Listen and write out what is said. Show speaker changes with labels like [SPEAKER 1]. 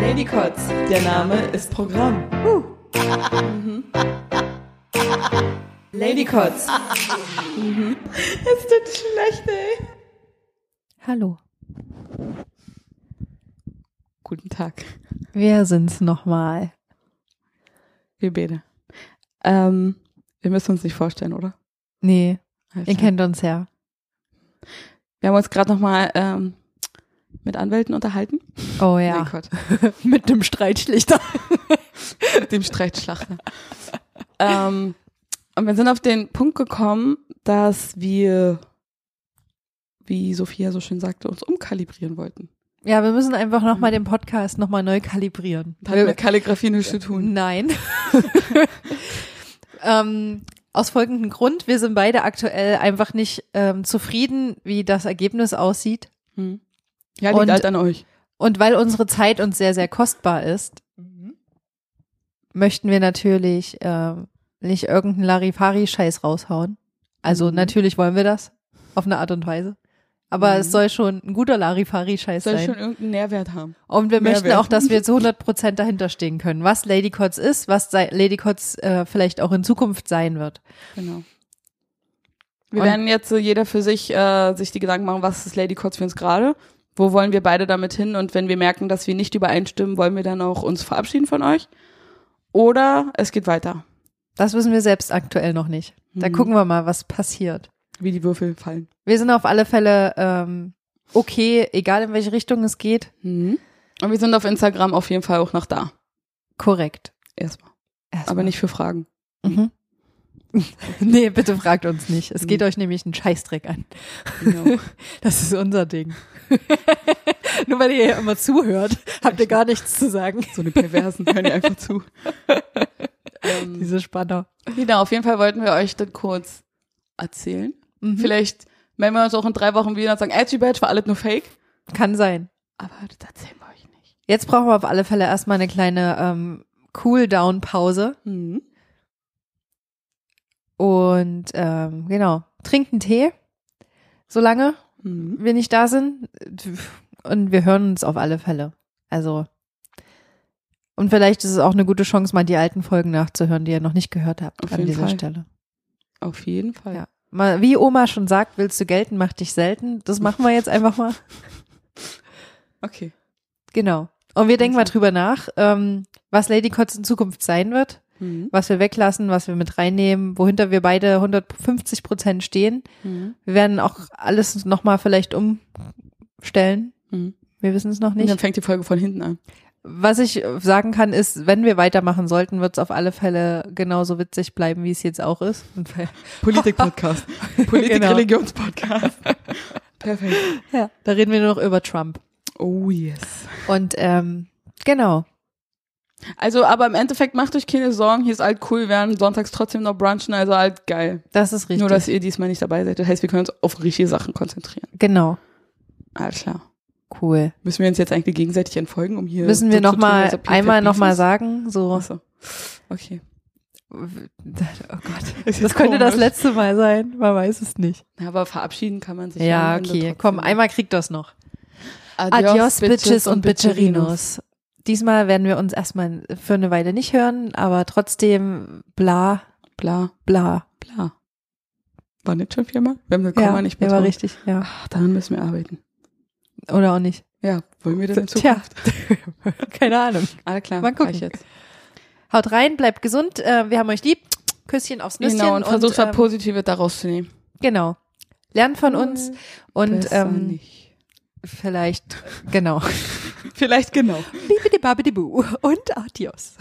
[SPEAKER 1] Lady Kotz, der Name ist Programm. Mhm. Lady Kotz. Es tut schlecht, ey.
[SPEAKER 2] Hallo,
[SPEAKER 3] Guten Tag,
[SPEAKER 2] wir sind's nochmal.
[SPEAKER 3] wir beide. Ähm, wir müssen uns nicht vorstellen, oder?
[SPEAKER 2] Nee,
[SPEAKER 3] Alles
[SPEAKER 2] ihr
[SPEAKER 3] klar.
[SPEAKER 2] kennt uns ja.
[SPEAKER 3] wir haben uns gerade nochmal ähm, mit Anwälten unterhalten.
[SPEAKER 2] Oh
[SPEAKER 3] Nee,
[SPEAKER 2] ja,
[SPEAKER 3] Gott,
[SPEAKER 2] mit dem Streitschlichter.
[SPEAKER 3] mit dem Streitschlachter. ähm, und wir sind auf den Punkt gekommen, dass wir, wie Sophia so schön sagte, uns umkalibrieren wollten.
[SPEAKER 2] Ja, wir müssen einfach nochmal den Podcast nochmal neu kalibrieren.
[SPEAKER 3] Das hat mit Kalligrafie nichts zu tun.
[SPEAKER 2] Nein. ähm, aus folgendem Grund, wir sind beide aktuell einfach nicht ähm, zufrieden, wie das Ergebnis aussieht.
[SPEAKER 3] Hm. Ja, liegt
[SPEAKER 2] Und-
[SPEAKER 3] halt an euch.
[SPEAKER 2] Und weil unsere Zeit uns sehr, sehr kostbar ist, Mhm. möchten wir natürlich ähm, nicht irgendeinen Larifari-Scheiß raushauen. Also
[SPEAKER 3] Mhm.
[SPEAKER 2] natürlich wollen wir das, auf eine Art und Weise. Aber
[SPEAKER 3] Mhm.
[SPEAKER 2] es soll schon ein guter Larifari-Scheiß
[SPEAKER 3] Soll
[SPEAKER 2] sein.
[SPEAKER 3] schon irgendeinen Nährwert haben.
[SPEAKER 2] Und wir
[SPEAKER 3] Mehr
[SPEAKER 2] möchten
[SPEAKER 3] werden.
[SPEAKER 2] auch, dass wir zu 100% dahinter stehen können, was Lady Kotz ist, was sei- Lady Kotz äh, vielleicht auch in Zukunft sein wird.
[SPEAKER 3] Genau. Wir
[SPEAKER 2] Und-
[SPEAKER 3] werden jetzt so jeder für sich äh, sich die Gedanken machen, was ist Lady Kotz für uns gerade? Wo wollen wir beide damit hin? Und wenn wir merken, dass wir nicht übereinstimmen, wollen wir dann auch uns verabschieden von euch? Oder es geht weiter,
[SPEAKER 2] Das wissen wir selbst aktuell noch nicht. Da
[SPEAKER 3] Mhm.
[SPEAKER 2] gucken wir mal, was passiert.
[SPEAKER 3] wie die Würfel fallen.
[SPEAKER 2] Wir sind auf alle Fälle ähm, okay, egal in welche Richtung es geht,
[SPEAKER 3] Und wir sind auf Instagram auf jeden Fall auch noch da.
[SPEAKER 2] korrekt.
[SPEAKER 3] Erstmal.
[SPEAKER 2] Erstmal.
[SPEAKER 3] Aber nicht für Fragen.
[SPEAKER 2] Mhm. nee, bitte fragt uns nicht. Es geht
[SPEAKER 3] Mhm.
[SPEAKER 2] euch nämlich einen Scheißdreck an.
[SPEAKER 3] Genau.
[SPEAKER 2] Das ist unser Ding. Nur weil ihr hier immer zuhört, habt ihr gar nichts zu sagen.
[SPEAKER 3] so eine Perversen hören die einfach zu. ähm,
[SPEAKER 2] Diese Spanner.
[SPEAKER 3] genau, auf jeden Fall wollten wir euch das kurz erzählen.
[SPEAKER 2] Mhm.
[SPEAKER 3] Vielleicht melden wir uns auch in drei Wochen wieder und sagen, edgy badge war alles nur fake.
[SPEAKER 2] Kann sein.
[SPEAKER 3] Aber das erzählen wir euch nicht.
[SPEAKER 2] Jetzt brauchen wir auf alle Fälle erstmal eine kleine ähm, Cool-Down-Pause.
[SPEAKER 3] Mhm.
[SPEAKER 2] Und ähm, genau, trinken Tee, solange
[SPEAKER 3] Mhm.
[SPEAKER 2] wir nicht da sind. Und wir hören uns auf alle Fälle. Also. Und vielleicht ist es auch eine gute Chance, mal die alten Folgen nachzuhören, die ihr noch nicht gehört habt
[SPEAKER 3] Auf
[SPEAKER 2] an
[SPEAKER 3] jeden
[SPEAKER 2] dieser
[SPEAKER 3] Fall.
[SPEAKER 2] Stelle.
[SPEAKER 3] Auf jeden Fall.
[SPEAKER 2] Ja. Mal, wie Oma schon sagt, willst du gelten, macht dich selten. Das machen wir jetzt einfach mal.
[SPEAKER 3] Okay.
[SPEAKER 2] Genau. Und wir denken mal drüber nach, ähm, was Lady Kotz in Zukunft sein wird.
[SPEAKER 3] Mhm.
[SPEAKER 2] was wir weglassen, was wir mit reinnehmen, wohinter wir beide 150 Prozent stehen.
[SPEAKER 3] Mhm.
[SPEAKER 2] Wir werden auch alles nochmal vielleicht umstellen. Wir wissen es noch
[SPEAKER 3] Und Mhm. dann
[SPEAKER 2] nicht.
[SPEAKER 3] fängt die Folge von hinten an.
[SPEAKER 2] Was ich äh, sagen kann, ist, wenn wir weitermachen sollten, wird es auf alle Fälle genauso witzig bleiben, wie es jetzt auch ist. Und weil-
[SPEAKER 3] Politik-Podcast.
[SPEAKER 2] Genau.
[SPEAKER 3] Politik-Religions-Podcast. Perfekt.
[SPEAKER 2] ja. Da reden wir nur noch über Trump.
[SPEAKER 3] Oh yes.
[SPEAKER 2] Und ähm, genau.
[SPEAKER 3] Also, aber im Endeffekt macht euch keine Sorgen. Hier ist alt cool. Wir werden sonntags trotzdem noch brunchen. Also alt geil.
[SPEAKER 2] Das ist richtig.
[SPEAKER 3] Nur, dass ihr diesmal nicht dabei seid. Das heißt, wir können uns auf richtige Sachen konzentrieren.
[SPEAKER 2] genau.
[SPEAKER 3] Alles klar.
[SPEAKER 2] Cool.
[SPEAKER 3] Müssen wir uns jetzt eigentlich gegenseitig entfolgen, um hier
[SPEAKER 2] Müssen wir
[SPEAKER 3] so zu tun,
[SPEAKER 2] nochmal
[SPEAKER 3] als ob hier
[SPEAKER 2] einmal
[SPEAKER 3] kein Beef
[SPEAKER 2] nochmal
[SPEAKER 3] ist?
[SPEAKER 2] sagen, so.
[SPEAKER 3] Achso. Okay.
[SPEAKER 2] Oh Gott.
[SPEAKER 3] Ist jetzt
[SPEAKER 2] Das könnte das
[SPEAKER 3] komisch.
[SPEAKER 2] letzte Mal sein. Man weiß es nicht.
[SPEAKER 3] Na, aber verabschieden kann man sich
[SPEAKER 2] Ja,
[SPEAKER 3] am Ende
[SPEAKER 2] okay.
[SPEAKER 3] trotzdem.
[SPEAKER 2] Komm, einmal kriegt das noch.
[SPEAKER 3] Adios,
[SPEAKER 2] Adios, Bitches und Bitcherinos. Diesmal werden wir uns erstmal für eine Weile nicht hören, aber trotzdem bla
[SPEAKER 3] Bla,
[SPEAKER 2] bla.
[SPEAKER 3] bla. War nicht schon viermal? Wir haben eine Komma
[SPEAKER 2] Ja,
[SPEAKER 3] nicht um.
[SPEAKER 2] der
[SPEAKER 3] mehr
[SPEAKER 2] war
[SPEAKER 3] drauf.
[SPEAKER 2] richtig, ja.
[SPEAKER 3] Ach, daran müssen wir arbeiten.
[SPEAKER 2] Oder auch nicht.
[SPEAKER 3] Ja, wollen wir das in Zukunft?
[SPEAKER 2] Tja, keine Ahnung.
[SPEAKER 3] Alles klar,
[SPEAKER 2] Mal
[SPEAKER 3] mach
[SPEAKER 2] gucken.
[SPEAKER 3] ich jetzt.
[SPEAKER 2] Haut rein, bleibt gesund, äh, wir haben euch lieb. Küsschen aufs Nüsschen.
[SPEAKER 3] Genau, und versucht
[SPEAKER 2] ähm,
[SPEAKER 3] was Positives daraus zu nehmen.
[SPEAKER 2] Genau. Lernt von uns und
[SPEAKER 3] Besser
[SPEAKER 2] ähm,
[SPEAKER 3] nicht.
[SPEAKER 2] vielleicht, genau.
[SPEAKER 3] Vielleicht genau.
[SPEAKER 2] Bibidi babidi bu und adios.